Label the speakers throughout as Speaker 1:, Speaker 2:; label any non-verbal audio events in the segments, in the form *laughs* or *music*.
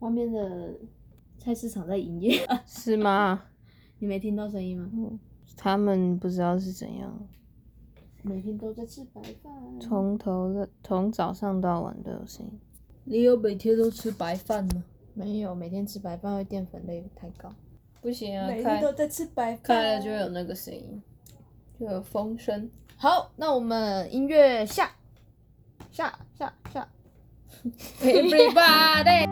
Speaker 1: 外面的菜市场在营业， *laughs*
Speaker 2: 是吗？
Speaker 1: 你没听到声音吗？
Speaker 2: 他们不知道是怎样，
Speaker 1: 每天都在吃白饭。
Speaker 2: 从头的从早上到晚都有声音。
Speaker 3: 你有每天都吃白饭吗？
Speaker 1: 没有，每天吃白饭会淀粉类太高。
Speaker 3: 不行啊，
Speaker 1: 每天
Speaker 3: 开
Speaker 1: 都在吃白饭。
Speaker 3: 开了就有那个声音，就有风声。
Speaker 1: 好，那我们音乐下下下下。
Speaker 3: *laughs* Everybody，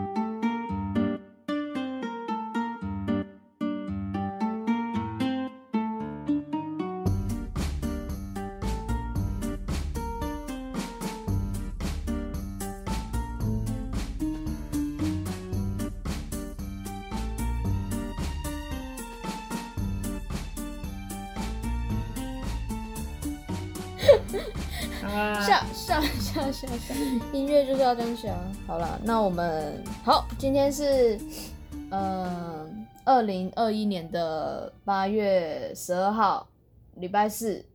Speaker 3: 啊，
Speaker 1: 下下下下下，音乐就是要这样想。好了，那我们好，今天是嗯二零二一年的八月十二号，礼拜四，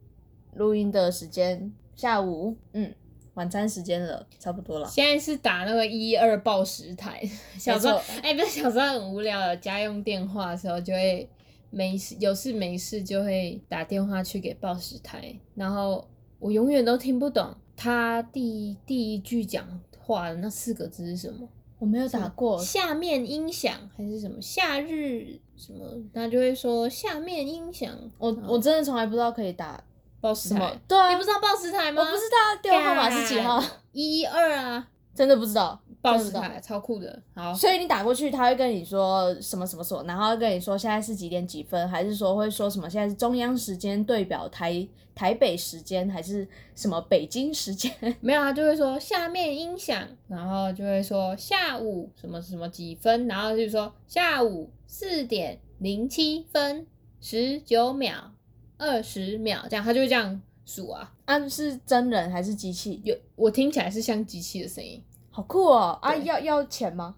Speaker 1: 录音的时间下午，嗯，晚餐时间了，差不多了。
Speaker 3: 现在是打那个一二报时台。 *laughs* 小时候
Speaker 1: 没，
Speaker 3: 哎、不是小时候很无聊，有家用电话的时候就会没事，有事没事就会打电话去给报时台，然后我永远都听不懂他第一第一句讲话的那四个字是什么。
Speaker 1: 我没有打过，
Speaker 3: 下面音响还是什么？夏日什么？他就会说下面音响。
Speaker 1: 我我真的从来不知道可以打
Speaker 3: 报时
Speaker 1: 什么
Speaker 3: 台，，
Speaker 1: 对啊，
Speaker 3: 你嗯不知道报时台吗？
Speaker 1: 我不知道啊电话号码是几号，
Speaker 3: 一一二啊，
Speaker 1: *laughs* 真的不知道。
Speaker 3: 报时
Speaker 1: 真的不
Speaker 3: 台超酷的。好，
Speaker 1: 所以你打过去，他会跟你说什么什么什么，然后跟你说现在是几点几分，还是说会说什么现在是中央时间对表台台北时间，还是什么北京时间？
Speaker 3: 没有，他啊就会说下面音响，然后就会说下午什么什么几分，然后就说下午四点零七分十九秒二十秒，这样他就会这样数啊。
Speaker 1: 啊，是真人还是机器？
Speaker 3: 有我听起来是像机器的声音，
Speaker 1: 好酷哦！啊，
Speaker 3: 对
Speaker 1: 要要钱吗？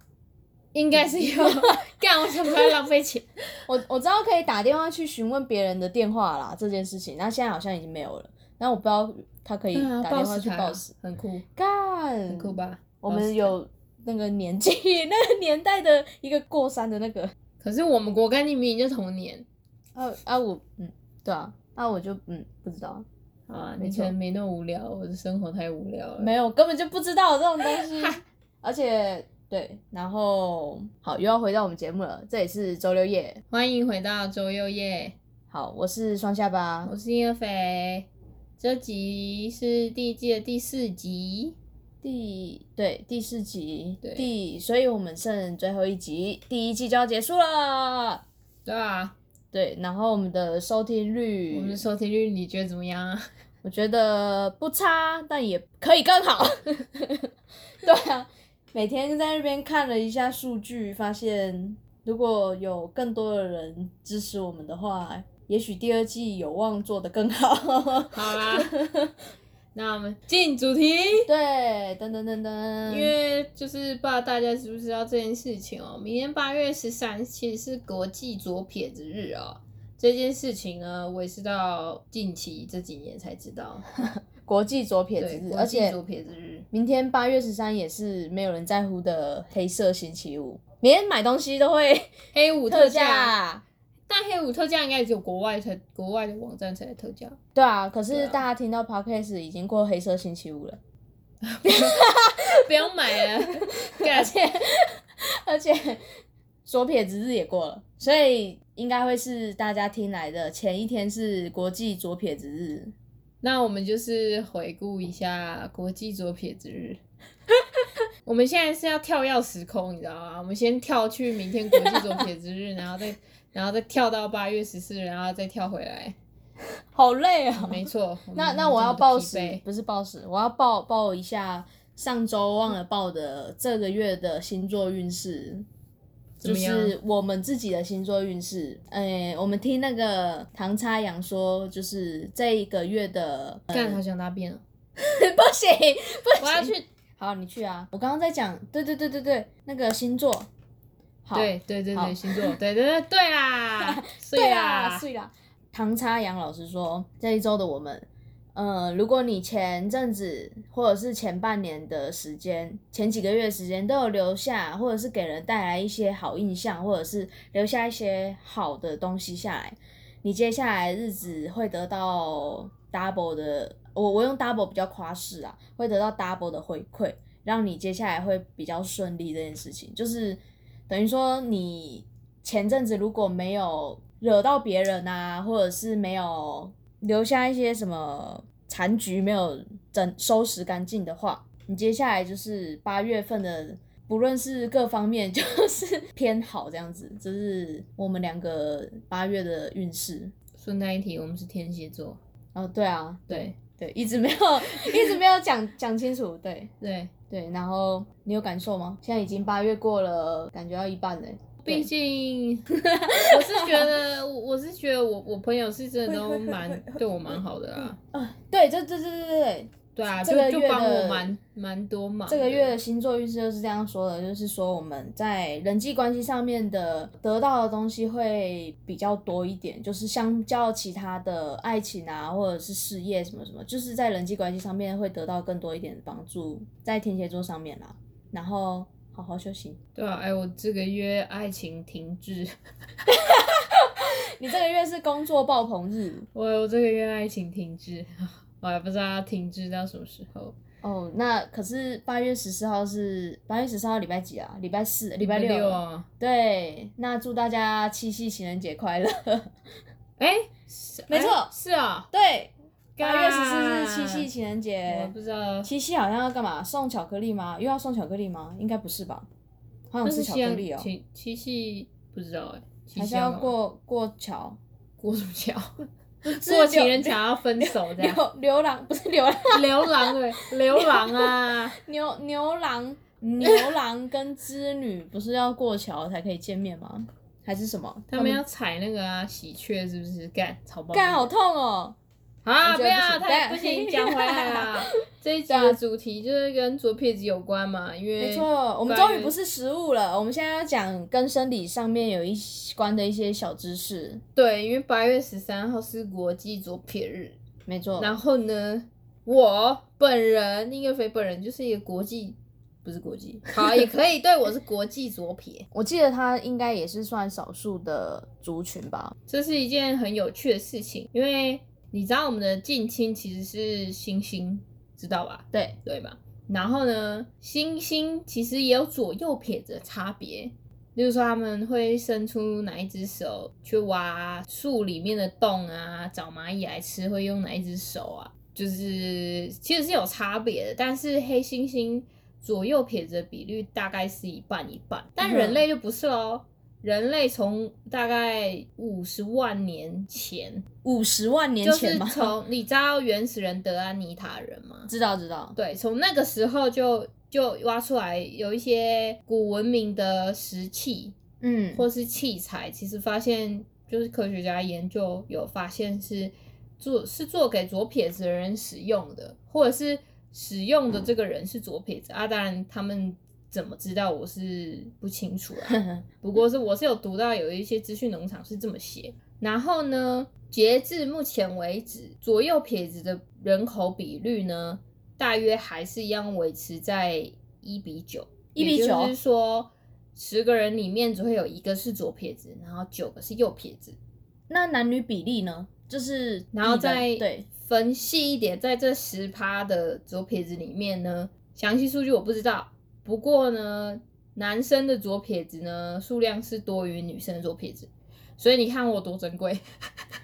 Speaker 3: 应该是有。 *laughs* 干，我想不到浪费钱。
Speaker 1: 我我知道可以打电话去询问别人的电话啦，这件事情，那现在好像已经没有了。那我不知道他可以
Speaker 3: 对
Speaker 1: *laughs*
Speaker 3: 啊，
Speaker 1: 打电话去
Speaker 3: 台啊
Speaker 1: 报时，
Speaker 3: *laughs* 很酷，
Speaker 1: 干
Speaker 3: 很酷吧？
Speaker 1: 我
Speaker 3: 报
Speaker 1: 们
Speaker 3: 时台。
Speaker 1: 有那个年纪、 *laughs* 那个年代的一个过山的那个。
Speaker 3: 可是我们我跟你明明就同年
Speaker 1: 啊啊我嗯，对啊，啊我就嗯不知道，
Speaker 3: 好啊，
Speaker 1: 没
Speaker 3: 你
Speaker 1: 错
Speaker 3: 可能没那么无聊，我的生活太无聊了。
Speaker 1: 没有根本就不知道这种东西，而且对，然后好又要回到我们节目了，这也是周六夜，
Speaker 3: 欢迎回到周右夜，
Speaker 1: 好，我是双下巴
Speaker 3: 我，是叶肥，这集是第一季的第四集，
Speaker 1: 第对第四集，
Speaker 3: 对
Speaker 1: 第所以我们剩最后一集，第一季就要结束了，
Speaker 3: 对啊，
Speaker 1: 对，然后我们的收听率，
Speaker 3: 我们的收听率你觉得怎么样啊？
Speaker 1: 我觉得不差，但也可以更好。 *laughs* 对啊，每天在那边看了一下数据，发现如果有更多的人支持我们的话，也许第二季有望做得更 *laughs* 好。 *laughs*
Speaker 3: 好啦， *laughs* 那我们进主题，
Speaker 1: 对，噔噔噔噔，
Speaker 3: 因为就是不知道大家知不知道这件事情哦，明天八月十三其实是国际左撇子日哦。这件事情呢，我也是到近期这几年才知道，
Speaker 1: 国际左 *laughs* 撇
Speaker 3: 对，
Speaker 1: 子日，
Speaker 3: 国
Speaker 1: 而
Speaker 3: 际
Speaker 1: 且
Speaker 3: 左撇子日，
Speaker 1: 明天八月十三也是没有人在乎的黑色星期五，明天买东西都会
Speaker 3: 黑五
Speaker 1: 特
Speaker 3: 特价，
Speaker 1: 价。
Speaker 3: 但黑五特价应该只有国外才国外的网站才有特价，
Speaker 1: 对啊，可
Speaker 3: 对
Speaker 1: 是
Speaker 3: 啊
Speaker 1: 大家听到 podcast 已经过黑色星期五了。
Speaker 3: 不用买了， *laughs* 感谢。
Speaker 1: 而且 *laughs* 左撇子日也过了，所以应该会是大家听来的前一天是国际左撇子日。
Speaker 3: 那我们就是回顾一下国际左撇子日。 *laughs* 我们现在是要跳跃时空，你知道吗？我们先跳去明天国际左撇子日，然后再然后再跳到八月十四，然后再跳回来。
Speaker 1: 好累啊、
Speaker 3: 没错。
Speaker 1: 那
Speaker 3: 们
Speaker 1: 那我
Speaker 3: 嗯这么
Speaker 1: 要
Speaker 3: 的
Speaker 1: 报
Speaker 3: 疲
Speaker 1: 时
Speaker 3: 惫，
Speaker 1: 不是报时，我要报报一下上周忘了报的这个月的星座运势。
Speaker 3: 怎
Speaker 1: 就
Speaker 3: 么样
Speaker 1: 是我们自己的星座运势，诶、我们听那个唐插阳说，就是这一个月的， *laughs*
Speaker 3: 干好想大便哦！
Speaker 1: 不行，
Speaker 3: 我要去。
Speaker 1: 好，你去啊，我刚刚在讲，对对对对对，那个星座，好，
Speaker 3: 对对对
Speaker 1: 好
Speaker 3: 对，星座，对对对对啦，
Speaker 1: *laughs* 对啊
Speaker 3: 啦，
Speaker 1: 碎啦。唐插阳老师说，这一周的我们，嗯，如果你前阵子或者是前半年的时间、前几个月的时间都有留下，或者是给人带来一些好印象，或者是留下一些好的东西下来，你接下来日子会得到 double 的，我我用 double 比较夸饰啊，会得到 double 的回馈，让你接下来会比较顺利这件事情，就是等于说你前阵子如果没有惹到别人啊，或者是没有留下一些什么残局没有整收拾干净的话，你接下来就是八月份的，不论是各方面 *laughs* 就是偏好这样子，这是我们两个八月的运势。
Speaker 3: 顺带一提，我们是天蝎座，
Speaker 1: 哦，对啊，
Speaker 3: 对
Speaker 1: 对，一直没有一直没有讲讲清楚，对
Speaker 3: 对，
Speaker 1: 对。然后你有感受吗？现在已经八月过了，感觉要一半嘞。
Speaker 3: 毕
Speaker 1: *laughs*
Speaker 3: 竟我是觉得，我我是觉得我我朋友是真的都
Speaker 1: 会会会
Speaker 3: 蛮
Speaker 1: 会
Speaker 3: 对我蛮好的啦，
Speaker 1: 啊，对，这这这这这
Speaker 3: 对啊，
Speaker 1: 这
Speaker 3: 就
Speaker 1: 个
Speaker 3: 就
Speaker 1: 月
Speaker 3: 帮
Speaker 1: 的
Speaker 3: 我蛮蛮多忙的。
Speaker 1: 这个月的星座运势就是这样说的，就是说我们在人际关系上面的得到的东西会比较多一点，就是相较其他的爱情啊，或者是事业什么什么，就是在人际关系上面会得到更多一点的帮助，在天蝎座上面啦。然后好好休息。 *laughs*
Speaker 3: 对啊，哎，我这个月爱情停滞， *laughs*
Speaker 1: 你这个月是工作爆棚日
Speaker 3: 我我这个月爱情停滞， *laughs* 我还不知道要停滞到什么时候。
Speaker 1: 哦，那可是八月十四号是八月十四号礼拜几啊？礼拜四，礼拜六。
Speaker 3: 六啊，
Speaker 1: 对，那祝大家七夕情人节快乐。 *laughs*
Speaker 3: 哎，是
Speaker 1: 没错
Speaker 3: 哎是啊，
Speaker 1: 对，
Speaker 3: 干
Speaker 1: 八月十四日七夕情人
Speaker 3: 我
Speaker 1: 节
Speaker 3: 不。知道，
Speaker 1: 七夕好像要干嘛？送巧克力吗？又要送巧克力吗？应该不是吧？好想
Speaker 3: 那
Speaker 1: 吃
Speaker 3: 是
Speaker 1: 巧
Speaker 3: 西
Speaker 1: 克
Speaker 3: 洋
Speaker 1: 力哦，
Speaker 3: 七七夕不知道哎，七
Speaker 1: 还是
Speaker 3: 夕干
Speaker 1: 要
Speaker 3: 嘛
Speaker 1: 过过桥？
Speaker 3: 过什么桥？
Speaker 1: 就是
Speaker 3: 过情人节
Speaker 1: 流 *laughs*
Speaker 3: 要分手这样。
Speaker 1: 流流浪不是流浪，
Speaker 3: *laughs* 牛郎哎，牛郎
Speaker 1: *laughs*
Speaker 3: 啊，
Speaker 1: 牛牛郎牛郎跟织女 *laughs* 不是要过桥才可以见面吗？还是什么？
Speaker 3: 他们要踩那个啊喜鹊是不是？干，超棒！
Speaker 1: 干好痛哦！
Speaker 3: 啊！
Speaker 1: 我觉得
Speaker 3: 不
Speaker 1: 不行
Speaker 3: 要，太
Speaker 1: 干
Speaker 3: 不行，讲回来啦。这一集的主题就是跟左撇子有关嘛，因为
Speaker 1: 没错，我们终于不是食物了，我们现在要讲跟生理上面有一关的一些小知识。
Speaker 3: 对，因为八月十三号是国际左撇日，
Speaker 1: 没错，
Speaker 3: 然后呢，我本人宁月飞本人就是一个国际，不是国际，好也可以，对我是国际左撇， *laughs*
Speaker 1: 我记得他应该也是算少数的族群吧？
Speaker 3: 这是一件很有趣的事情，因为你知道我们的近亲其实是星星，知道吧？
Speaker 1: 对，
Speaker 3: 对吧？然后呢，星星其实也有左右撇子的差别，例如说他们会伸出哪一只手去挖树里面的洞啊，找蚂蚁来吃，会用哪一只手啊？就是其实是有差别的，但是黑猩猩左右撇子的比率大概是一半一半，但
Speaker 1: 嗯
Speaker 3: 人类就不是喽。人类从大概五十万年前，
Speaker 1: 五十万年前
Speaker 3: 就
Speaker 1: 吗？ *laughs*
Speaker 3: 是从你知道原始人德安妮塔人吗？
Speaker 1: 知道知道，
Speaker 3: 对，从那个时候就就挖出来有一些古文明的石器
Speaker 1: 嗯，
Speaker 3: 或是器材，其实发现就是科学家研究有发现是做是做给左撇子的人使用的，或者是使用的这个人是左撇子啊。当然他们怎么知道我是不清楚啦、不过是我是有读到有一些资讯农场是这么写。然后呢，截至目前为止，左右撇子的人口比率呢，大约还是一样维持在一比九，
Speaker 1: 1比9
Speaker 3: 也就是说十个人里面只会有一个是左撇子，然后九个是右撇子。
Speaker 1: *laughs* 那男女比例呢？就是
Speaker 3: 然后
Speaker 1: 你的
Speaker 3: 再
Speaker 1: 对，
Speaker 3: 分析一点，在这十趴的左撇子里面呢，详细数据我不知道。不过呢，男生的左撇子呢数量是多于女生的左撇子，所以你看我多珍贵。 *laughs*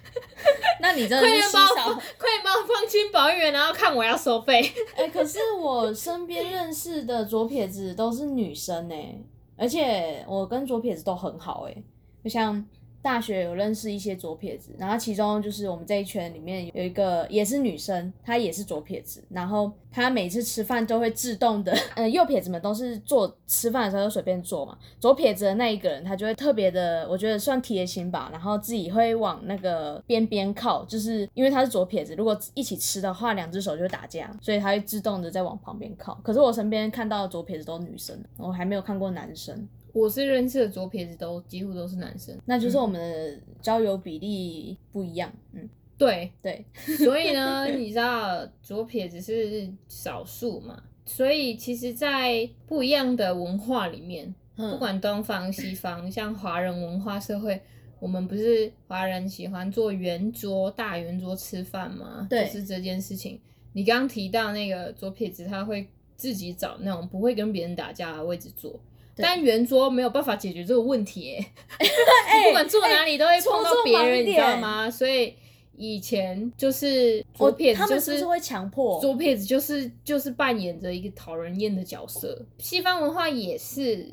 Speaker 1: 那你真
Speaker 3: 快
Speaker 1: 的是
Speaker 3: 点
Speaker 1: 稀
Speaker 3: 把我
Speaker 1: 少
Speaker 3: 放。，快点把我放进保育员，然后看我要收费。 *laughs*
Speaker 1: 哎、可是我身边认识的左撇子都是女生呢、欸而且我跟左撇子都很好哎、就像大学有认识一些左撇子，然后其中就是我们这一圈里面有一个也是女生，她也是左撇子，然后她每次吃饭都会自动的， *laughs* 呃，右撇子们都是坐吃饭的时候就随便坐嘛，左撇子的那一个人他就会特别的，我觉得算贴心吧，然后自己会往那个边边靠，就是因为他是左撇子，如果一起吃的话，两只手就会打架，所以他会自动的再往旁边靠。可是我身边看到的左撇子都是女生，我还没有看过男生，
Speaker 3: 我是认识的左撇子都几乎都是男生，
Speaker 1: 那就是我们的交友比例不一样，嗯。
Speaker 3: 对，
Speaker 1: 对，
Speaker 3: 所以呢，你知道左撇子是少数嘛，所以其实，在不一样的文化里面，不
Speaker 1: 不
Speaker 3: 管东方西方，像华人文化社会，我们不是华人喜欢坐圆桌、大圆桌吃饭吗？
Speaker 1: 对
Speaker 3: 就是这件事情。你刚刚提到那个左撇子，他会自己找那种不会跟别人打架的位置坐。
Speaker 1: 对
Speaker 3: 但圆桌没有办法解决这个问题、欸，
Speaker 1: 哎
Speaker 3: 你不管坐哪里都会碰到别人，你知道吗？所以以前就是左
Speaker 1: 我
Speaker 3: 撇子
Speaker 1: 哦他
Speaker 3: 就
Speaker 1: 们是不是会强迫
Speaker 3: 左撇子就是就是扮演着一个讨人厌的角色。西方文化也是，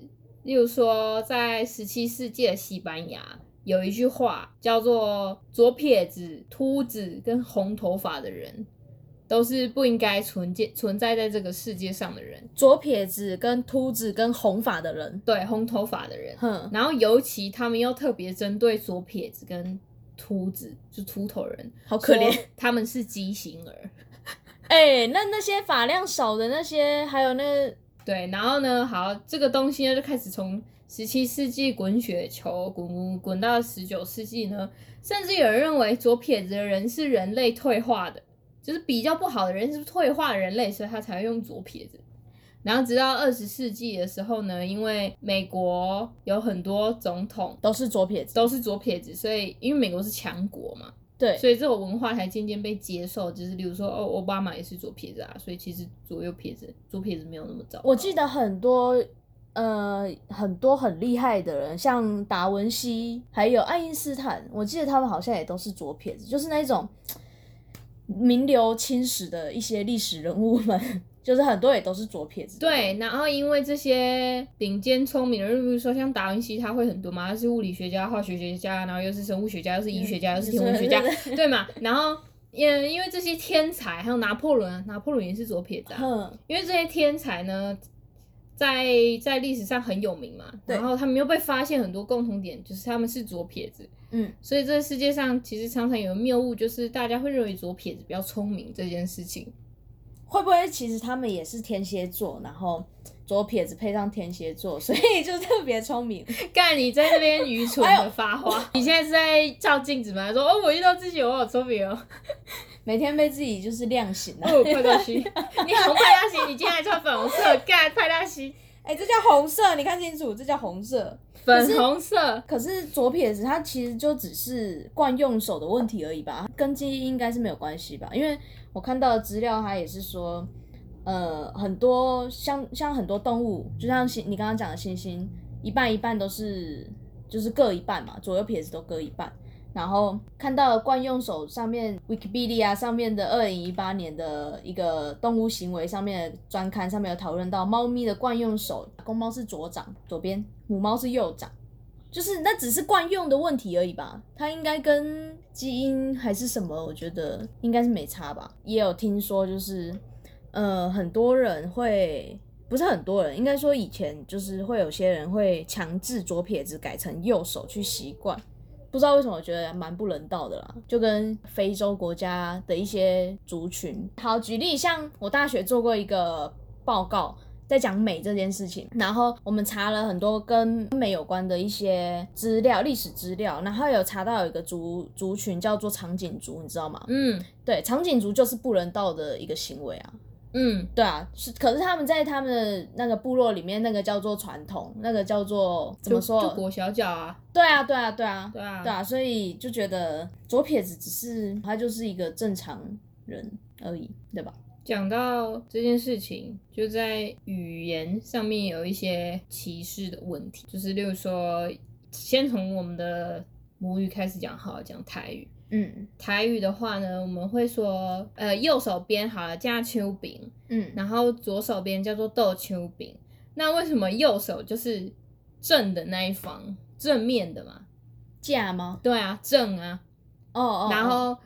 Speaker 3: 例如说在十七世纪的西班牙。有一句话叫做“左撇子、秃子跟红头发的人，都是不应该存在存在在这个世界上的人。
Speaker 1: 左撇子跟秃子跟红发的人，
Speaker 3: 对，红头发的人，
Speaker 1: 哼，
Speaker 3: 然后尤其他们又特别针对左撇子跟秃子，就秃头人，
Speaker 1: 好可怜。
Speaker 3: 说他们是畸形儿。
Speaker 1: 哎、那那些发量少的那些，还有那
Speaker 3: 对，然后呢，好，这个东西呢就开始从十七世纪滚雪球滚滚滚到十九世纪呢，甚至有人认为左撇子的人是人类退化的，就是比较不好的人是退化的人类，所以他才会用左撇子。然后直到二十世纪的时候呢，因为美国有很多总统
Speaker 1: 都是左撇子，
Speaker 3: 都是左撇子，所以因为美国是强国嘛，
Speaker 1: 对，
Speaker 3: 所以这种文化才渐渐被接受。就是例如说，哦，奥巴马也是左撇子啊，所以其实左右撇子，左撇子没有那么糟糕。
Speaker 1: 我记得很多，呃，很多很厉害的人，像达文西，还有爱因斯坦，我记得他们好像也都是左撇子，就是那种名流青史的一些历史人物们， *laughs* 就是很多也都是左撇子。
Speaker 3: 对，然后因为这些顶尖聪明的人，比如说像达文西，他会很多嘛，他是物理学家、化学学家，然后又是生物学家，又是医学家，又是天文学家
Speaker 1: 嗯对，对
Speaker 3: 对嘛？然后，也因为这些天才，还有拿破仑啊，拿破仑也是左撇子、啊，
Speaker 1: 哼，
Speaker 3: 因为这些天才呢，在在历史上很有名嘛，
Speaker 1: 对
Speaker 3: 然后他们又被发现很多共同点，就是他们是左撇子，
Speaker 1: 嗯，
Speaker 3: 所以这个世界上其实常常有谬误，就是大家会认为左撇子比较聪明这件事情。 *laughs*
Speaker 1: 会不会其实他们也是天蝎座，然后左撇子配上天蝎座， *laughs* 所以就特别聪明？
Speaker 3: 干，你在那边愚蠢的发花，你现在是在照镜子吗？说哦，我遇到自己，我好聪明哦，
Speaker 1: 每天被自己就是亮醒啊了、
Speaker 3: 哦， *laughs* 我快到西，你好派大星，你今天还穿粉红色，干派大星，
Speaker 1: 哎、这叫红色，你看清楚，这叫红色。
Speaker 3: 粉红色，
Speaker 1: 可是左撇子他其实就只是惯用手的问题而已吧，跟基因应该是没有关系吧？因为我看到的资料，他也是说，呃，很多像像很多动物，就像猩你刚刚讲的猩猩，一半一半都是就是各一半嘛，左右撇子都各一半。然后看到了惯用手上面 Wikipedia 上面的二零一八年的一个动物行为上面的专刊上面有讨论到，猫咪的惯用手，公猫是左掌左边，母猫是右掌，就是那只是惯用的问题而已吧，它应该跟基因还是什么，我觉得应该是没差吧。也有听说就是，呃，很多人会。不是很多人，应该说以前就是会有些人会强制左撇子改成右手去习惯，不知道为什么，我觉得蛮不人道的啦。就跟非洲国家的一些族群，好举例，像我大学做过一个报告，在讲美这件事情，然后我们查了很多跟美有关的一些资料、历史资料，然后有查到有一个族族群叫做长颈族，你知道吗？
Speaker 3: 嗯
Speaker 1: 对，长颈族就是不人道的一个行为啊。
Speaker 3: 嗯，
Speaker 1: 对啊，是，可是他们在他们的那个部落里面，那个叫做传统，那个叫做怎么
Speaker 3: 就就
Speaker 1: 说？
Speaker 3: 裹小脚啊，
Speaker 1: 对啊，对啊，对啊，
Speaker 3: 对啊，
Speaker 1: 对啊，所以就觉得左撇子只是他就是一个正常人而已，对吧？
Speaker 3: 讲到这件事情，就在语言上面有一些歧视的问题，就是例如说，先从我们的母语开始讲好了，讲台语。
Speaker 1: 嗯
Speaker 3: 台语的话呢，我们会说，呃，右手边好了叫秋饼，
Speaker 1: 嗯，
Speaker 3: 然后左手边叫做豆秋饼。那为什么右手就是正的那一方，正面的嘛？
Speaker 1: 架吗？
Speaker 3: 对啊，正啊。
Speaker 1: 哦哦，
Speaker 3: 然
Speaker 1: 哦
Speaker 3: 后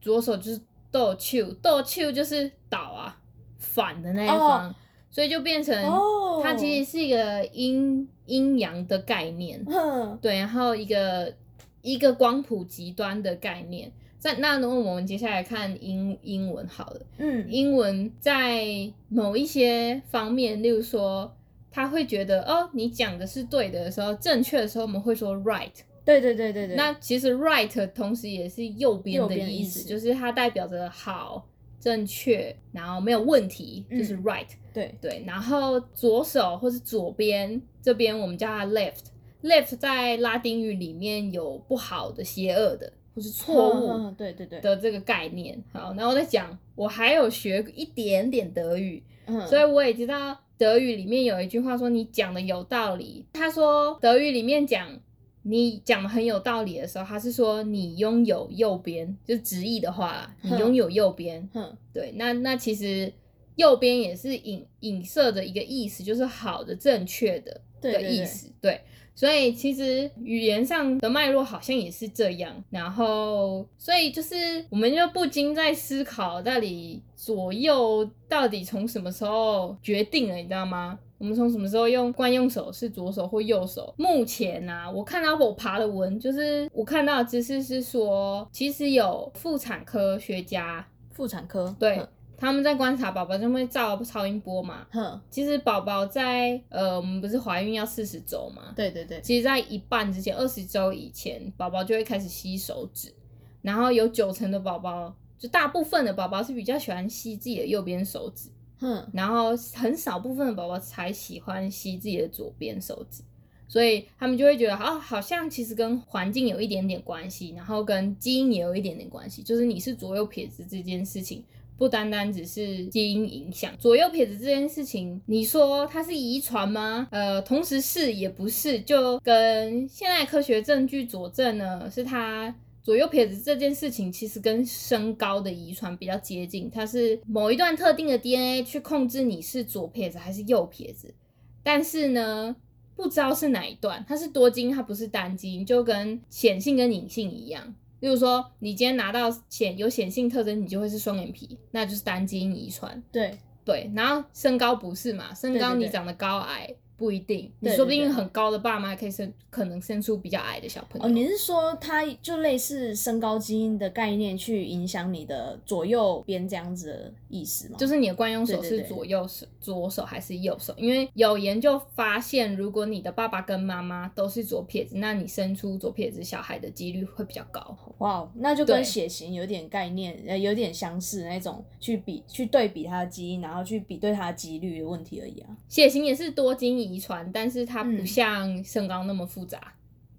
Speaker 3: 左手就是豆丘，豆丘就是倒啊，反的那一
Speaker 1: 哦
Speaker 3: 方，所以就变成、
Speaker 1: 哦，
Speaker 3: 它其实是一个阴阴阳的概念，
Speaker 1: 哼，
Speaker 3: 对，然后一个一个光谱极端的概念。在那，如果我们接下来看英英文好了，
Speaker 1: 嗯
Speaker 3: 英文在某一些方面，例如说，他会觉得哦，你讲的是对的的时候，正确的时候，我们会说 right，
Speaker 1: 对对对对对，
Speaker 3: 那其实 right 同时也是右边
Speaker 1: 右
Speaker 3: 的
Speaker 1: 边的
Speaker 3: 意
Speaker 1: 意
Speaker 3: 思，
Speaker 1: 思
Speaker 3: 就是它代表着好、正确，然后没有问题，就是
Speaker 1: 嗯
Speaker 3: right、
Speaker 1: 对
Speaker 3: 对，然后左手或是左边这边我们叫它 left。left 在拉丁语里面有不好的、邪恶的或是错
Speaker 1: 嗯
Speaker 3: 误
Speaker 1: 嗯对对对，
Speaker 3: 的这个概念。好，然后我再讲，我还有学一点点德语，
Speaker 1: 嗯，
Speaker 3: 所
Speaker 1: 以
Speaker 3: 以我也知道德语里面有一句话说你讲的有道理。他说德语里面讲你讲的很有道理的时候，他是说你拥有右边，就直译的话啦，你
Speaker 1: 哼
Speaker 3: 拥有右边。
Speaker 1: 哼
Speaker 3: 对，那那其实右边也是影影射的一个意思，就是好的、正确的
Speaker 1: 对
Speaker 3: 的
Speaker 1: 对
Speaker 3: 意
Speaker 1: 对
Speaker 3: 思。对所以其实语言上的脉络好像也是这样。然后，所以就是我们就不禁在思考，到底左右到底从什么时候决定了，你知道吗？我们从什么时候用惯用手是左手或右手？目前啊，我看到我爬的文，就是我看到的知识是说，其实有妇产科学家
Speaker 1: 妇产科
Speaker 3: 对
Speaker 1: 哼，
Speaker 3: 他们在观察宝宝，就会照超音波嘛。
Speaker 1: 哼，
Speaker 3: 其实宝宝在呃，我们不是怀孕要四十周嘛？
Speaker 1: 对对对，
Speaker 3: 其实，在一半之前，二十周以前，宝宝就会开始吸手指，然后有九成的宝宝，就大部分的宝宝是比较喜欢吸自己的右边手指，
Speaker 1: 哼
Speaker 3: 然后很少部分的宝宝才喜欢吸自己的左边手指，所以他们就会觉得，哦，好像其实跟环境有一点点关系，然后跟基因也有一点点关系，就是你是左右撇子这件事情。不单单只是基因影响，左右撇子这件事情，你说它是遗传吗？呃，同时是也不是，就跟现在科学证据佐证呢，是它左右撇子这件事情其实跟身高的遗传比较接近，它是某一段特定的 DNA 去控制你是左撇子还是右撇子，但是呢，不知道是哪一段，它是多基因，它不是单基因，就跟显性跟隐性一样。例如说，你今天拿到显有显性特征，你就会是双眼皮，那就是单基因遗传。
Speaker 1: 对
Speaker 3: 对，然后身高不是嘛？身高
Speaker 1: 对对对
Speaker 3: 你长得高矮不一定，
Speaker 1: 对
Speaker 3: 你
Speaker 1: 对
Speaker 3: 说不定
Speaker 1: 对
Speaker 3: 很高的爸妈还可以生，可能生出比较矮的小朋友。
Speaker 1: 哦，你是说它就类似身高基因的概念去影响你的左右边这样子的意思吗？
Speaker 3: 就是是你的惯用手
Speaker 1: 对
Speaker 3: 是
Speaker 1: 对对
Speaker 3: 左右手，左手还是右手？因为有研究发现，如果你的爸爸跟妈妈都是左撇子，那你生出左撇子小孩的几率会比较高。
Speaker 1: 哇，哦那就
Speaker 3: 对
Speaker 1: 跟血型有点概念，呃，有点相似那种，去比去对比它的基因，然后去比对它的几率的问题而已啊。
Speaker 3: 血型也是多基因遗传，但是它不
Speaker 1: 嗯
Speaker 3: 像身高那么复杂。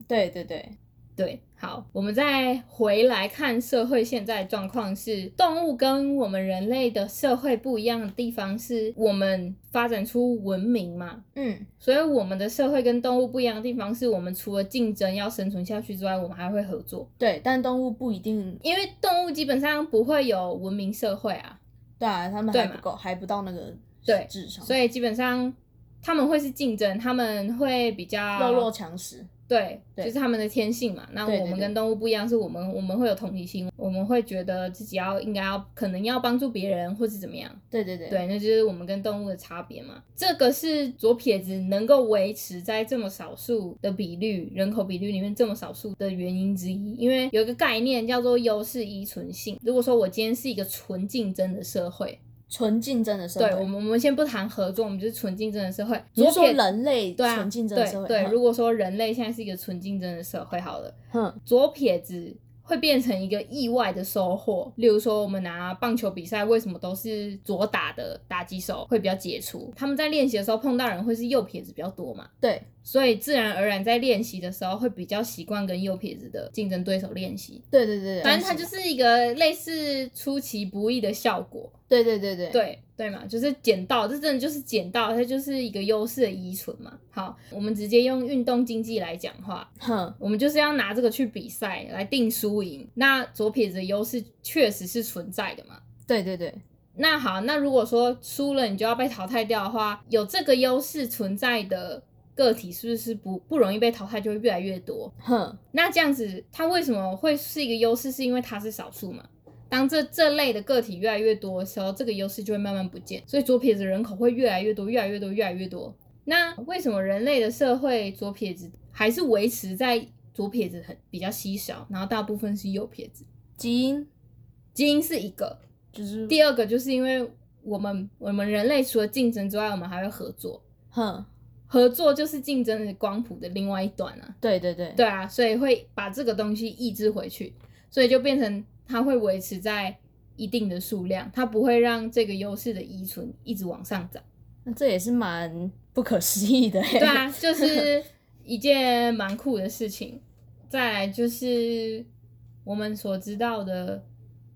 Speaker 1: 对对对，
Speaker 3: 对，好，我们再回来看社会现在的状况是，动物跟我们人类的社会不一样的地方是，我们发展出文明嘛，
Speaker 1: 嗯，
Speaker 3: 所以我们的社会跟动物不一样的地方是，我们除了竞争要生存下去之外，我们还会合作。
Speaker 1: 对，但动物不一定，
Speaker 3: 因为动物基本上不会有文明社会啊，
Speaker 1: 对啊，他们
Speaker 3: 对
Speaker 1: 还
Speaker 3: 嘛
Speaker 1: 不够，还不到那个
Speaker 3: 对
Speaker 1: 智商，
Speaker 3: 所以基本上他们会是竞争，他们会比较
Speaker 1: 弱肉强食。
Speaker 3: 对，
Speaker 1: 对
Speaker 3: 就是他们的天性嘛。那
Speaker 1: 对对
Speaker 3: 我们
Speaker 1: 对
Speaker 3: 跟动物不一样，是我们我们会有同理心，我们会觉得自己要应该要可能要帮助别人，或是怎么样。
Speaker 1: 对对对，
Speaker 3: 对，那就是我们跟动物的差别嘛。这个是左撇子能够维持在这么少数的比率，人口比率里面这么少数的原因之一。因为有一个概念叫做优势依存性。如果说我今天是一个纯竞争的社会，
Speaker 1: 纯竞争的社会，
Speaker 3: 对我们我们先不谈合作，我们就是纯竞争的社会。
Speaker 1: 你
Speaker 3: 左
Speaker 1: 是说
Speaker 3: 撇
Speaker 1: 人类
Speaker 3: 对啊
Speaker 1: 纯竞争的社会？
Speaker 3: 对对，
Speaker 1: 嗯
Speaker 3: 如果说人类现在是一个纯竞争的社会，好了。
Speaker 1: 哼
Speaker 3: 左撇子会变成一个意外的收获。例如说，我们拿棒球比赛，为什么都是左打的打击手会比较杰出？他们在练习的时候碰到人会是右撇子比较多嘛，
Speaker 1: 对
Speaker 3: 所以自然而然在练习的时候会比较习惯跟右撇子的竞争对手练习。
Speaker 1: 对对对，
Speaker 3: 反正它
Speaker 1: 是
Speaker 3: 就是一个类似出其不意的效果，
Speaker 1: 对对对对
Speaker 3: 对对嘛，就是捡到，这真的就是捡到，它就是一个优势的遗存嘛。好，我们直接用运动经济来讲话，
Speaker 1: 哼
Speaker 3: 我们就是要拿这个去比赛来定输赢。那左撇子的优势确实是存在的嘛？
Speaker 1: 对对对
Speaker 3: 那好，那如果说输了你就要被淘汰掉的话，有这个优势存在的个体是不是不不容易被淘汰，就会越来越多？
Speaker 1: 哼
Speaker 3: 那这样子，它为什么会是一个优势？是因为它是少数嘛？当这这类的个体越来越多的时候，这个优势就会慢慢不见，所以左撇子人口会越来越多，越来越多，越来越多。那为什么人类的社会左撇子还是维持在左撇子很比较稀少，然后大部分是右撇子？
Speaker 1: 基因
Speaker 3: 基因是一个，
Speaker 1: 就是
Speaker 3: 第二个就是因为我们我们人类除了竞争之外，我们还会合作，
Speaker 1: 哼
Speaker 3: 合作就是竞争的光谱的另外一端啊。
Speaker 1: 对对对
Speaker 3: 对啊，所以会把这个东西抑制回去，所以就变成它会维持在一定的数量，它不会让这个优势的依存一直往上涨。
Speaker 1: 那这也是蛮不可思议的。
Speaker 3: *laughs* 对，啊，就是一件蛮酷的事情。再来就是我们所知道的，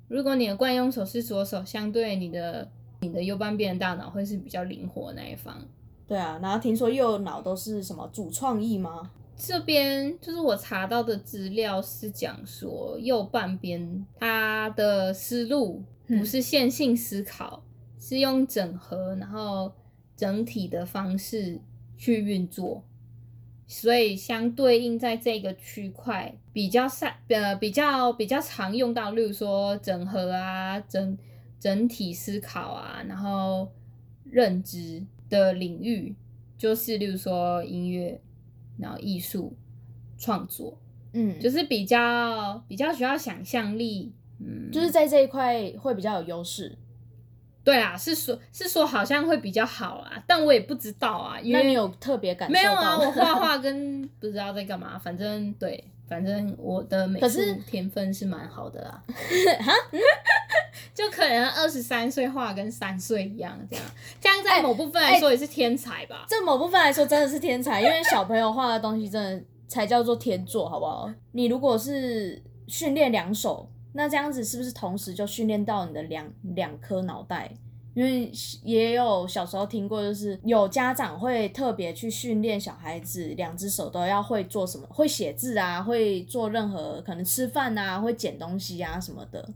Speaker 3: 如果你的惯用手是左手，相对你的你的右半边的大脑会是比较灵活的那一方。
Speaker 1: 对啊。然后听说右脑都是什么主创意吗？
Speaker 3: 这边就是我查到的资料是讲说，右半边它的思路不是线性思考，是用整合然后整体的方式去运作，所以相对应在这个区块比较善呃比较比较常用到，例如说整合啊整整体思考啊，然后认知的领域，就是例如说音乐。然后艺术创作，
Speaker 1: 嗯，
Speaker 3: 就
Speaker 1: 就是
Speaker 3: 比较比较需要想象力，嗯，
Speaker 1: 就是在这一块会比较有优势。
Speaker 3: 对啦，是说是说好像会比较好啦，但我也不知道啊，因
Speaker 1: 那你
Speaker 3: 为
Speaker 1: 有特别感受
Speaker 3: 没
Speaker 1: 到
Speaker 3: 有啊，
Speaker 1: 吗 *laughs*
Speaker 3: 我画画跟不知道在干嘛，反正对，反正我的美
Speaker 1: 可
Speaker 3: 术
Speaker 1: 是
Speaker 3: 天分是蛮好的
Speaker 1: *laughs*
Speaker 3: 啦， *laughs* 就可能二十三岁画跟三岁一样这样，这样在
Speaker 1: 哎
Speaker 3: 某部分来
Speaker 1: 哎
Speaker 3: 说也是天才吧，
Speaker 1: 这某部分来说真的是天才，因为小朋友画的东西真的才叫做天作，好不好？你如果是训练两手，那这样子是不是同时就训练到你的两两颗脑袋？因为也有小时候听过，就是有家长会特别去训练小孩子两只手都要会做什么，会写字啊，会做任何可能吃饭啊，会捡东西啊什么的。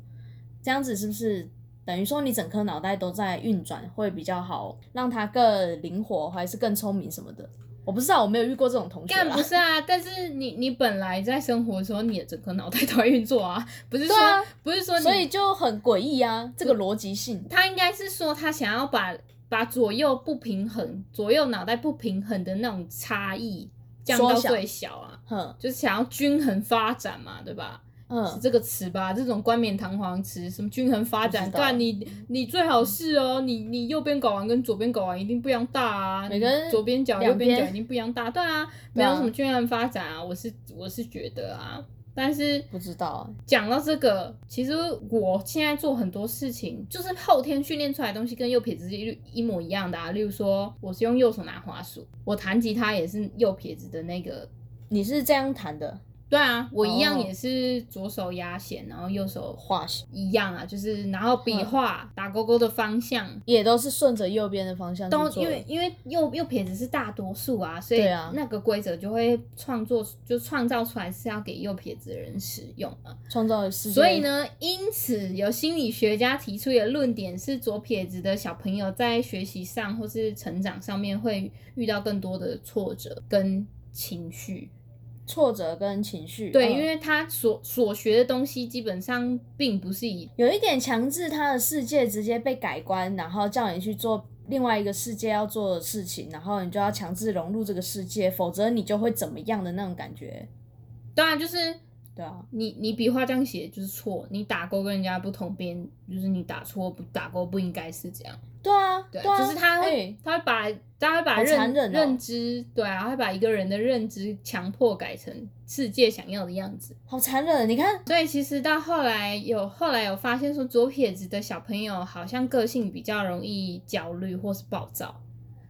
Speaker 1: 这样子是不是等于说你整颗脑袋都在运转，会比较好，让它更灵活，还是更聪明什么的？我不知道，我没有遇过这种同学
Speaker 3: 干
Speaker 1: 啦
Speaker 3: 不。是啊，但是你你本来在生活的时候，你的整个脑袋都在运作啊，不是说、
Speaker 1: 对啊
Speaker 3: 不是说你，
Speaker 1: 所以就很诡异啊，这个逻辑性。
Speaker 3: 他应该是说他想要把把左右不平衡、左右脑袋不平衡的那种差异降到
Speaker 1: 缩小
Speaker 3: 最小啊，
Speaker 1: 哼
Speaker 3: 就是想要均衡发展嘛，对吧？是
Speaker 1: 嗯，
Speaker 3: 这个词吧？这种冠冕堂皇词，什么均衡发展？
Speaker 1: 不知道嗯
Speaker 3: 干你你最好是哦，你你右边睾丸跟左边睾丸一定不一样大啊，
Speaker 1: 每个人
Speaker 3: 你左边脚右
Speaker 1: 两边
Speaker 3: 边脚一定不一样大，对啊，没
Speaker 1: 对啊
Speaker 3: 有什么均衡发展啊，我是我是觉得啊，但是
Speaker 1: 不知道啊
Speaker 3: 讲到这个，其实我现在做很多事情，就是后天训练出来的东西跟右撇子是一一模一样的啊，例如说我是用右手拿滑鼠，我弹吉他也是右撇子的那个
Speaker 1: 你是这样弹的
Speaker 3: 对啊，我一样
Speaker 1: 哦
Speaker 3: 也是左手压弦，然后右手
Speaker 1: 画线，
Speaker 3: 一样啊，就是然后笔
Speaker 1: 嗯
Speaker 3: 画、打勾勾的方向
Speaker 1: 也都是顺着右边的方向去
Speaker 3: 都
Speaker 1: 做
Speaker 3: 因为因为右右撇子是大多数啊，所以
Speaker 1: 对啊
Speaker 3: 那个规则就会创作就创造出来是要给右撇子的人使用啊。
Speaker 1: 创造的世界。
Speaker 3: 所以，呢，因此有心理学家提出的论点是，左撇子的小朋友在学习上或是成长上面会遇到更多的挫折跟情绪。
Speaker 1: 挫折跟情绪，嗯
Speaker 3: 对，因为他所所学的东西基本上并不是以
Speaker 1: 有一点强制他的世界直接被改观，然后叫你去做另外一个世界要做的事情，然后你就要强制融入这个世界，否则你就会怎么样的那种感觉。
Speaker 3: 当然就是
Speaker 1: 对啊，
Speaker 3: 你你笔画这样写就是错，你打勾跟人家不同边，就是你打错不打勾不应该是这样。
Speaker 1: 对啊，
Speaker 3: 对，
Speaker 1: 啊，
Speaker 3: 就是他会、
Speaker 1: 哎
Speaker 3: 他会把他会把
Speaker 1: 好残
Speaker 3: 认
Speaker 1: 忍哦
Speaker 3: 认知对啊，他会把一个人的认知强迫改成世界想要的样子。
Speaker 1: 好残忍，啊你看，
Speaker 3: 所以其实到后来有后来有发现说，左撇子的小朋友好像个性比较容易焦虑或是暴躁，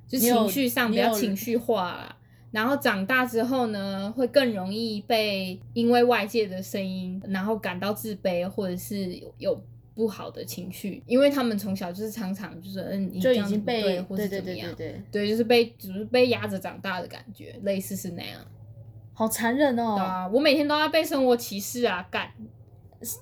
Speaker 3: 就
Speaker 1: 你有
Speaker 3: 情绪上比
Speaker 1: 你
Speaker 3: 较
Speaker 1: 有
Speaker 3: 情绪化啦。然后长大之后呢，会更容易被因为外界的声音，然后感到自卑或者是有有不好的情绪，因为他们从小就是常常就是嗯，你
Speaker 1: 就
Speaker 3: 这
Speaker 1: 已
Speaker 3: 样子
Speaker 1: 经
Speaker 3: 不
Speaker 1: 被
Speaker 3: 对或是
Speaker 1: 对
Speaker 3: 怎
Speaker 1: 对对
Speaker 3: 么样
Speaker 1: 对，对，
Speaker 3: 对，就是被就是被压着长大的感觉，类似是那样。
Speaker 1: 好残忍
Speaker 3: 对
Speaker 1: 哦！
Speaker 3: 啊，我每天都在被生活歧视啊，干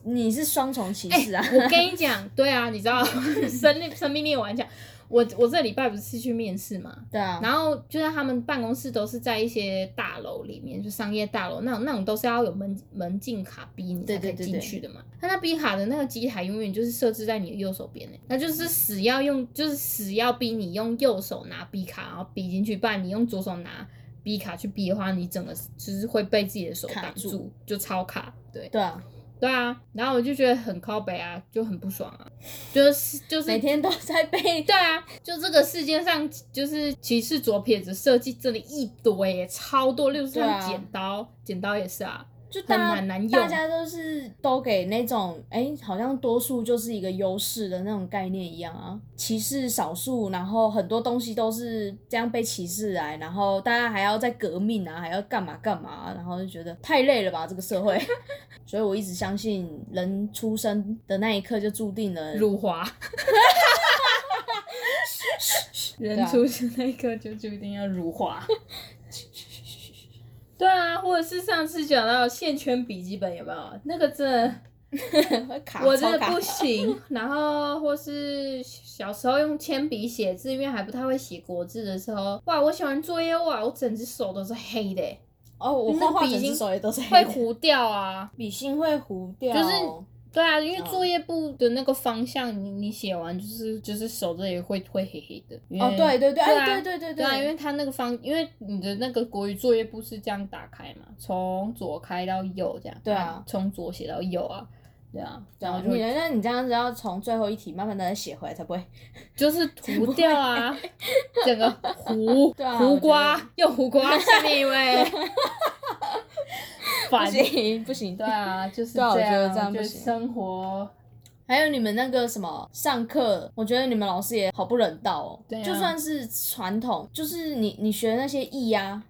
Speaker 1: 你是双重歧
Speaker 3: 哎，
Speaker 1: 视啊，
Speaker 3: 我跟你讲，对啊，你知道 *laughs* 生命生命力顽强。我我这礼拜不是去面试嘛，
Speaker 1: 对啊，
Speaker 3: 然后就是他们办公室都是在一些大楼里面，就商业大楼那种那种都是要有门门禁卡逼你
Speaker 1: 对
Speaker 3: 才可以
Speaker 1: 对对
Speaker 3: 进
Speaker 1: 对
Speaker 3: 去的嘛。他那逼卡的那个机台永远就是设置在你的右手边欸诶，那就是死要用，就是死要逼你用右手拿逼卡，然后逼进去，不然你用左手拿逼卡去逼的话，你整个就是会被自己的手
Speaker 1: 卡
Speaker 3: 挡
Speaker 1: 住
Speaker 3: 住，就超卡。对，
Speaker 1: 对啊，
Speaker 3: 对啊，然后我就觉得很靠北啊，就很不爽啊，就是就是
Speaker 1: 每天都在被
Speaker 3: 对啊，就这个世界上就是歧视左撇子设计真的一堆耶，超多，例如
Speaker 1: 对啊
Speaker 3: 像剪刀，剪刀也是啊，
Speaker 1: 就大家
Speaker 3: 很难用
Speaker 1: 大家都是都给那种哎、好像多数就是一个优势的那种概念一样啊，歧视少数，然后很多东西都是这样被歧视来，然后大家还要再革命啊，还要干嘛干嘛啊，然后就觉得太累了吧这个社会， *laughs* 所以我一直相信人出生的那一刻就注定了
Speaker 3: 辱华。
Speaker 1: 啊
Speaker 3: 人出生那一刻就注定要辱华。 *laughs* 对啊，或者是上次讲到线圈笔记本有没有？那个真的
Speaker 1: *laughs* 会卡，
Speaker 3: 我
Speaker 1: 超
Speaker 3: 真的
Speaker 1: 卡 *laughs*
Speaker 3: 不行。然后或是小时候用铅笔写字，因为还不太会写国字的时候，哇，我写完作业哇，我整只手都是黑的欸，
Speaker 1: *laughs* 哦，我
Speaker 3: 就是
Speaker 1: 画画
Speaker 3: 笔已
Speaker 1: 整只
Speaker 3: 经
Speaker 1: 手也都是
Speaker 3: 会
Speaker 1: 黑的，
Speaker 3: 糊掉啊。
Speaker 1: 笔芯会糊掉，哦
Speaker 3: 就是对啊，因为作业簿的那个方向，你你写完就是就是手这里会会黑黑的。
Speaker 1: 哦，对对对，
Speaker 3: 对
Speaker 1: 哎、
Speaker 3: 啊
Speaker 1: 对对对
Speaker 3: 对啊，因为它那个方，因为你的那个国语作业簿是这样打开嘛，从左开到右这样。
Speaker 1: 对啊
Speaker 3: 从左写到右啊，对啊，然
Speaker 1: 然
Speaker 3: 后
Speaker 1: 后
Speaker 3: 就
Speaker 1: 你那你这样子要从最后一题慢慢的再写回来才不会。
Speaker 3: 就是糊掉
Speaker 1: *laughs*
Speaker 3: 啊，整个糊
Speaker 1: 对啊
Speaker 3: 糊
Speaker 1: 我
Speaker 3: 瓜
Speaker 1: 觉
Speaker 3: 又糊瓜，下面一位，
Speaker 1: 不
Speaker 3: 烦。
Speaker 1: 行 *laughs* 不行，
Speaker 3: 对。啊，就是
Speaker 1: 对啊我
Speaker 3: 这
Speaker 1: 觉得
Speaker 3: 样，
Speaker 1: 这样不
Speaker 3: 就是
Speaker 1: 行
Speaker 3: 生活
Speaker 1: 还有你们那个什么上课，我觉得你们老师也好不人道哦。
Speaker 3: 对啊
Speaker 1: 就算是传统，就是你你学那些艺啊，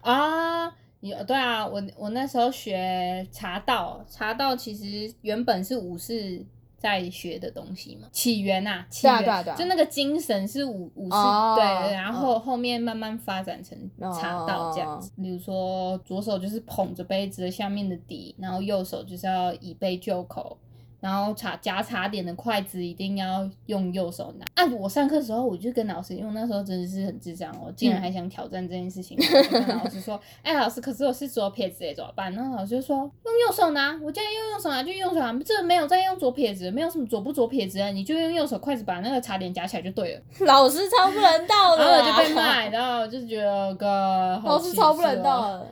Speaker 3: 啊，你对啊，我我那时候学茶道，茶道其实原本是武士在学的东西嘛，起源啊，起
Speaker 1: 对啊
Speaker 3: 源，
Speaker 1: 对啊对啊
Speaker 3: 就那个精神是武武士、
Speaker 1: 哦
Speaker 3: 对，然后后面慢慢发展成茶
Speaker 1: 哦
Speaker 3: 道这样子。比如说左手就是捧着杯子的下面的底，然后右手就是要以杯就口。然后茶夹茶点的筷子一定要用右手拿。啊，我上课的时候我就跟老师，因为我那时候真的是很智障，哦我竟
Speaker 1: 嗯
Speaker 3: 然还想挑战这件事
Speaker 1: *laughs*
Speaker 3: 情。我就跟老师说：“哎，老师，可是我是左撇子耶，怎么办？”然后老师就说：“用右手拿，我叫你用右手拿就用右手拿，这没有在用左撇子，没有什么左不左撇子啊，你就用右手筷子把那个茶点夹起来就对了。”
Speaker 1: 老师超不人道的
Speaker 3: *laughs* 然
Speaker 1: 啦，
Speaker 3: 后我就被骂，然后我就觉得个
Speaker 1: 啊 *laughs* 老师超不人道
Speaker 3: 了。
Speaker 1: 的。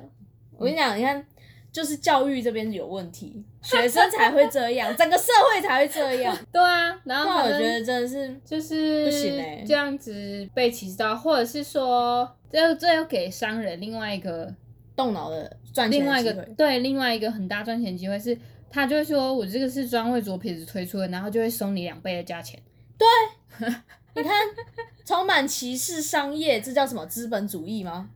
Speaker 1: 我跟你讲，你看，就是教育这边有问题，学
Speaker 3: *laughs*
Speaker 1: 生才会这样，整个社会才会这样。
Speaker 3: 对啊，然后
Speaker 1: 那我
Speaker 3: 反
Speaker 1: 觉
Speaker 3: 正
Speaker 1: 得真的是
Speaker 3: 就是
Speaker 1: 不行欸
Speaker 3: 这样子被歧视到，或者是说，这这又给商人另外一个
Speaker 1: 动脑的赚钱
Speaker 3: 另
Speaker 1: 的
Speaker 3: 外一个
Speaker 1: 机会
Speaker 3: 对另外一个很大赚钱机会是，他就会说我这个是专为左撇子推出的，然后就会收你两倍的价钱。
Speaker 1: 你看，充满歧视商业，这叫什么资本主义吗？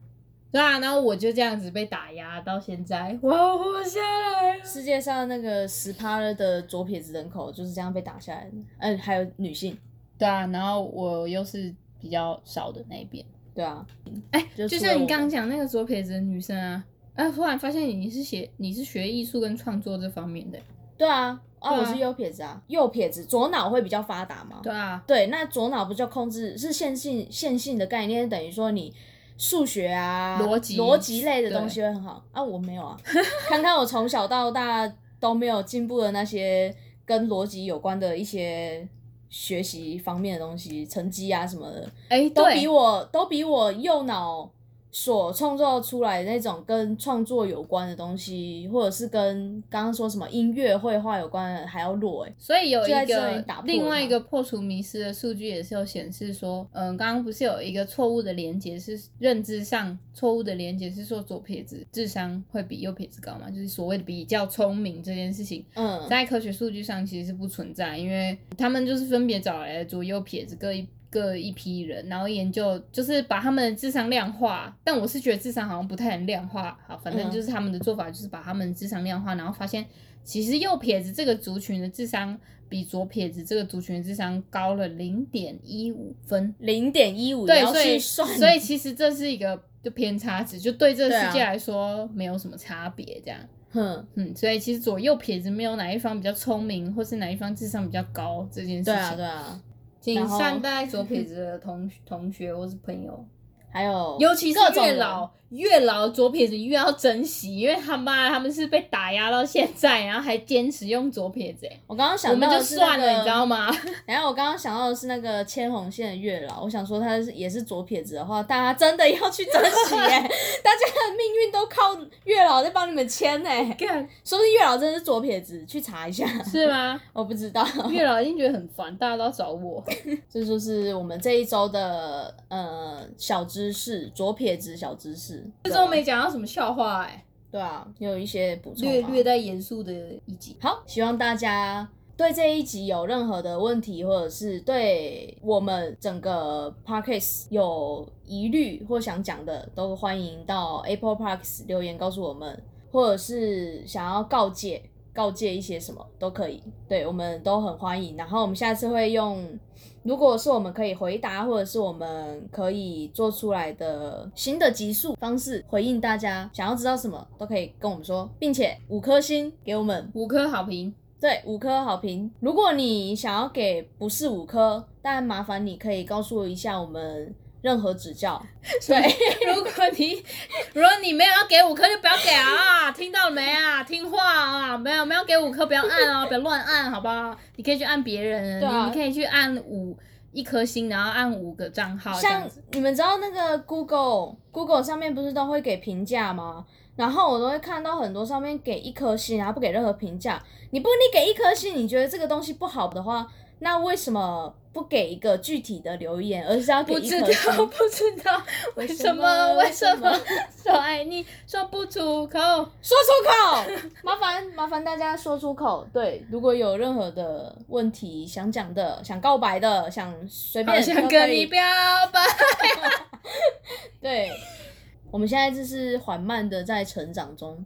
Speaker 3: 对啊，然后我就这样子被打压到现在，我要活下来了。
Speaker 1: 世界上那个十趴的左撇子人口就是这样被打下来的，嗯、还有女性，
Speaker 3: 对啊，然后我又是比较少的那一边。
Speaker 1: 对啊，
Speaker 3: 哎、
Speaker 1: 就
Speaker 3: 就
Speaker 1: 除了
Speaker 3: 像你
Speaker 1: 我
Speaker 3: 刚刚讲那个左撇子的女生啊，哎，突然发现你是写你是学艺术跟创作这方面的，
Speaker 1: 对啊，啊，
Speaker 3: 对啊
Speaker 1: 我是右撇子啊，右撇子左脑会比较发达嘛，
Speaker 3: 对啊，
Speaker 1: 对，那左脑不就控制是线性线性的概念，等于说你数学啊、
Speaker 3: 逻辑
Speaker 1: 逻辑类的东西会很好啊。我没有啊， *laughs* 看看我从小到大都没有进步的那些跟逻辑有关的一些学习方面的东西，成绩啊什么的，
Speaker 3: 哎、
Speaker 1: 都
Speaker 3: 对
Speaker 1: 比我都比我右脑。所创造出来的那种跟创作有关的东西，或者是跟刚刚说什么音乐、绘画有关的还要弱哎、欸
Speaker 3: 所以有一
Speaker 1: 就在这里
Speaker 3: 个
Speaker 1: 打破它
Speaker 3: 另外一个破除迷失的数据也是有显示说，嗯，刚刚不是有一个错误的连接是认知上错误的连接是说左撇子智商会比右撇子高嘛，就是所谓的比较聪明这件事情，
Speaker 1: 嗯，
Speaker 3: 在科学数据上其实是不存在，因为他们就是分别找来了左右撇子各一各一批人，然后研究就是把他们的智商量化。但我是觉得智商好像不太能量化，好，反正
Speaker 1: 嗯
Speaker 3: 就是他们的做法就是把他们的智商量化，然后发现其实右撇子这个族群的智商比左撇子这个族群的智商高了零点一五分。
Speaker 1: 零点一五，
Speaker 3: 对，
Speaker 1: 要
Speaker 3: 所以
Speaker 1: 去算，
Speaker 3: 所以其实这是一个就偏差值，就对这
Speaker 1: 对
Speaker 3: 个
Speaker 1: 啊
Speaker 3: 世界来说没有什么差别，这样。
Speaker 1: 哼，
Speaker 3: 嗯，所以其实左右撇子没有哪一方比较聪明，或是哪一方智商比较高这件事情。
Speaker 1: 对啊，对啊，
Speaker 3: 啊请
Speaker 1: 然后
Speaker 3: 善待左撇子的同同学或是朋友。
Speaker 1: 还有
Speaker 3: 尤其是
Speaker 1: 各种
Speaker 3: 月
Speaker 1: 人
Speaker 3: 老，月老左撇子越要珍惜，因为他妈他们是被打压到现在，然后还坚持用左撇子、欸，
Speaker 1: 我刚刚
Speaker 3: 我
Speaker 1: 想
Speaker 3: 们
Speaker 1: 到
Speaker 3: 就
Speaker 1: 的是那
Speaker 3: 算了，
Speaker 1: 个
Speaker 3: 你知道吗？
Speaker 1: *laughs* 然后我刚刚想到的是那个牵红线的月老，我想说他是也是左撇子的话，大家真的要去珍惜耶、
Speaker 3: *laughs*
Speaker 1: 大家的命运都靠月老在帮你们牵哎、
Speaker 3: 干
Speaker 1: 说不定月老真的是左撇子，去查一下，
Speaker 3: 是吗？
Speaker 1: 我不知道。 *laughs*
Speaker 3: 月老一定觉得很烦，大家都要找我。
Speaker 1: 这就是我们这一周的呃小知识，左撇子小知识。
Speaker 3: 这周没讲到什么笑话、欸，
Speaker 1: 对啊，你有一些补充吗
Speaker 3: 略略带严肃的一集。
Speaker 1: 好，希望大家对这一集有任何的问题，或者是对我们整个 Parkes 有疑虑或想讲的，都欢迎到 Apple Parkes 留言告诉我们，或者是想要告诫。告诫一些什么都可以，对我们都很欢迎。然后我们下次会用，如果是我们可以回答，或者是我们可以做出来的新的集数方式回应大家，想要知道什么都可以跟我们说，并且五颗星给我们，
Speaker 3: 五颗好评，
Speaker 1: 对，五颗好评。如果你想要给不是五颗，但麻烦你可以告诉我一下我们任何指教。对，
Speaker 3: 如果你如果你没有要给五颗，就不要给啊！听到了没啊？听话啊！没有没有给五颗，不要按啊，不要乱按，好不好？你可以去按别人，
Speaker 1: 对啊
Speaker 3: 你可以去按五一颗星，然后按五个账号这样
Speaker 1: 像
Speaker 3: 子。
Speaker 1: 你们知道那个 Google Google 上面不是都会给评价吗？然后我都会看到很多上面给一颗星，然后不给任何评价。你不，你给一颗星，你觉得这个东西不好的话，那为什么不给一个具体的留言，而是要给
Speaker 3: 不
Speaker 1: 一
Speaker 3: 知
Speaker 1: 颗
Speaker 3: 道，
Speaker 1: 星？
Speaker 3: 不知道为什么， *laughs* 为
Speaker 1: 为
Speaker 3: 什
Speaker 1: 什么
Speaker 3: 么说爱你说不出口？
Speaker 1: 说出口， *laughs* 麻烦麻烦大家说出口。对，如果有任何的问题想讲的、想告白的、想随
Speaker 3: *laughs* 好
Speaker 1: 便，
Speaker 3: 想
Speaker 1: 都可
Speaker 3: 跟
Speaker 1: 以
Speaker 3: 你表白。
Speaker 1: 对，我们现在就是缓慢的在成长中，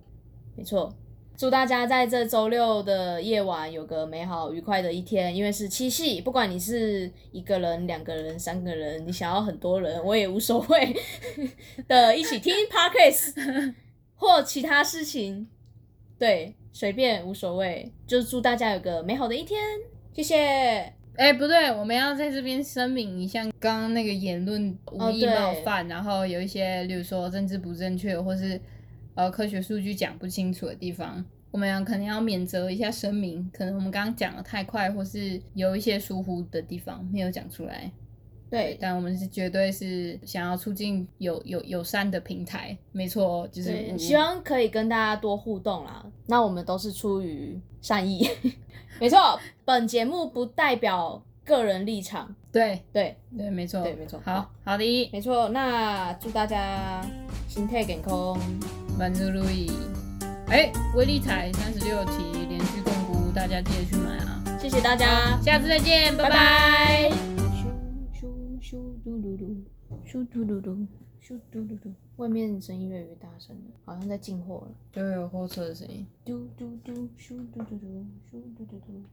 Speaker 1: 没错。祝大家在这周六的夜晚有个美好愉快的一天，因为是七夕，不管你是一个人、两个人、三个人，你想要很多人，我也无所谓的，一起听 podcast 或其他事情，对，随便无所谓，就祝大家有个美好的一天，谢谢。
Speaker 3: 哎、不对，我们要在这边声明一下，刚刚那个言论无
Speaker 1: 哦
Speaker 3: 意
Speaker 1: 对
Speaker 3: 冒犯，然后有一些，例如说政治不正确，或是呃科学数据讲不清楚的地方，我们要可能要免责一下声明，可能我们刚刚讲的太快，或是有一些疏忽的地方没有讲出来，
Speaker 1: 对，
Speaker 3: 但我们是绝对是想要促进友友友善的平台，没错哦，就是
Speaker 1: 对，
Speaker 3: 无
Speaker 1: 希望可以跟大家多互动啦。那我们都是出于善意，没错。本节目不代表个人立场，
Speaker 3: 对
Speaker 1: 对，
Speaker 3: 对，没错，
Speaker 1: 对没错
Speaker 3: 好
Speaker 1: 好
Speaker 3: 好的，
Speaker 1: 没错。那祝大家心态健康，
Speaker 3: 满足路易，哎、威力彩三十六期连续共估，大家记得去买啊。
Speaker 1: 谢谢大家，
Speaker 3: 下次再见，拜
Speaker 1: 拜
Speaker 3: 拜
Speaker 1: 拜
Speaker 2: 咻咻咻嘟嘟嘟，咻嘟嘟嘟，咻嘟嘟嘟，
Speaker 1: 外面声音越来越大声了，好像在进货了。
Speaker 3: 就会有货车的声音。
Speaker 2: 嘟嘟嘟，咻嘟嘟嘟，咻嘟嘟嘟。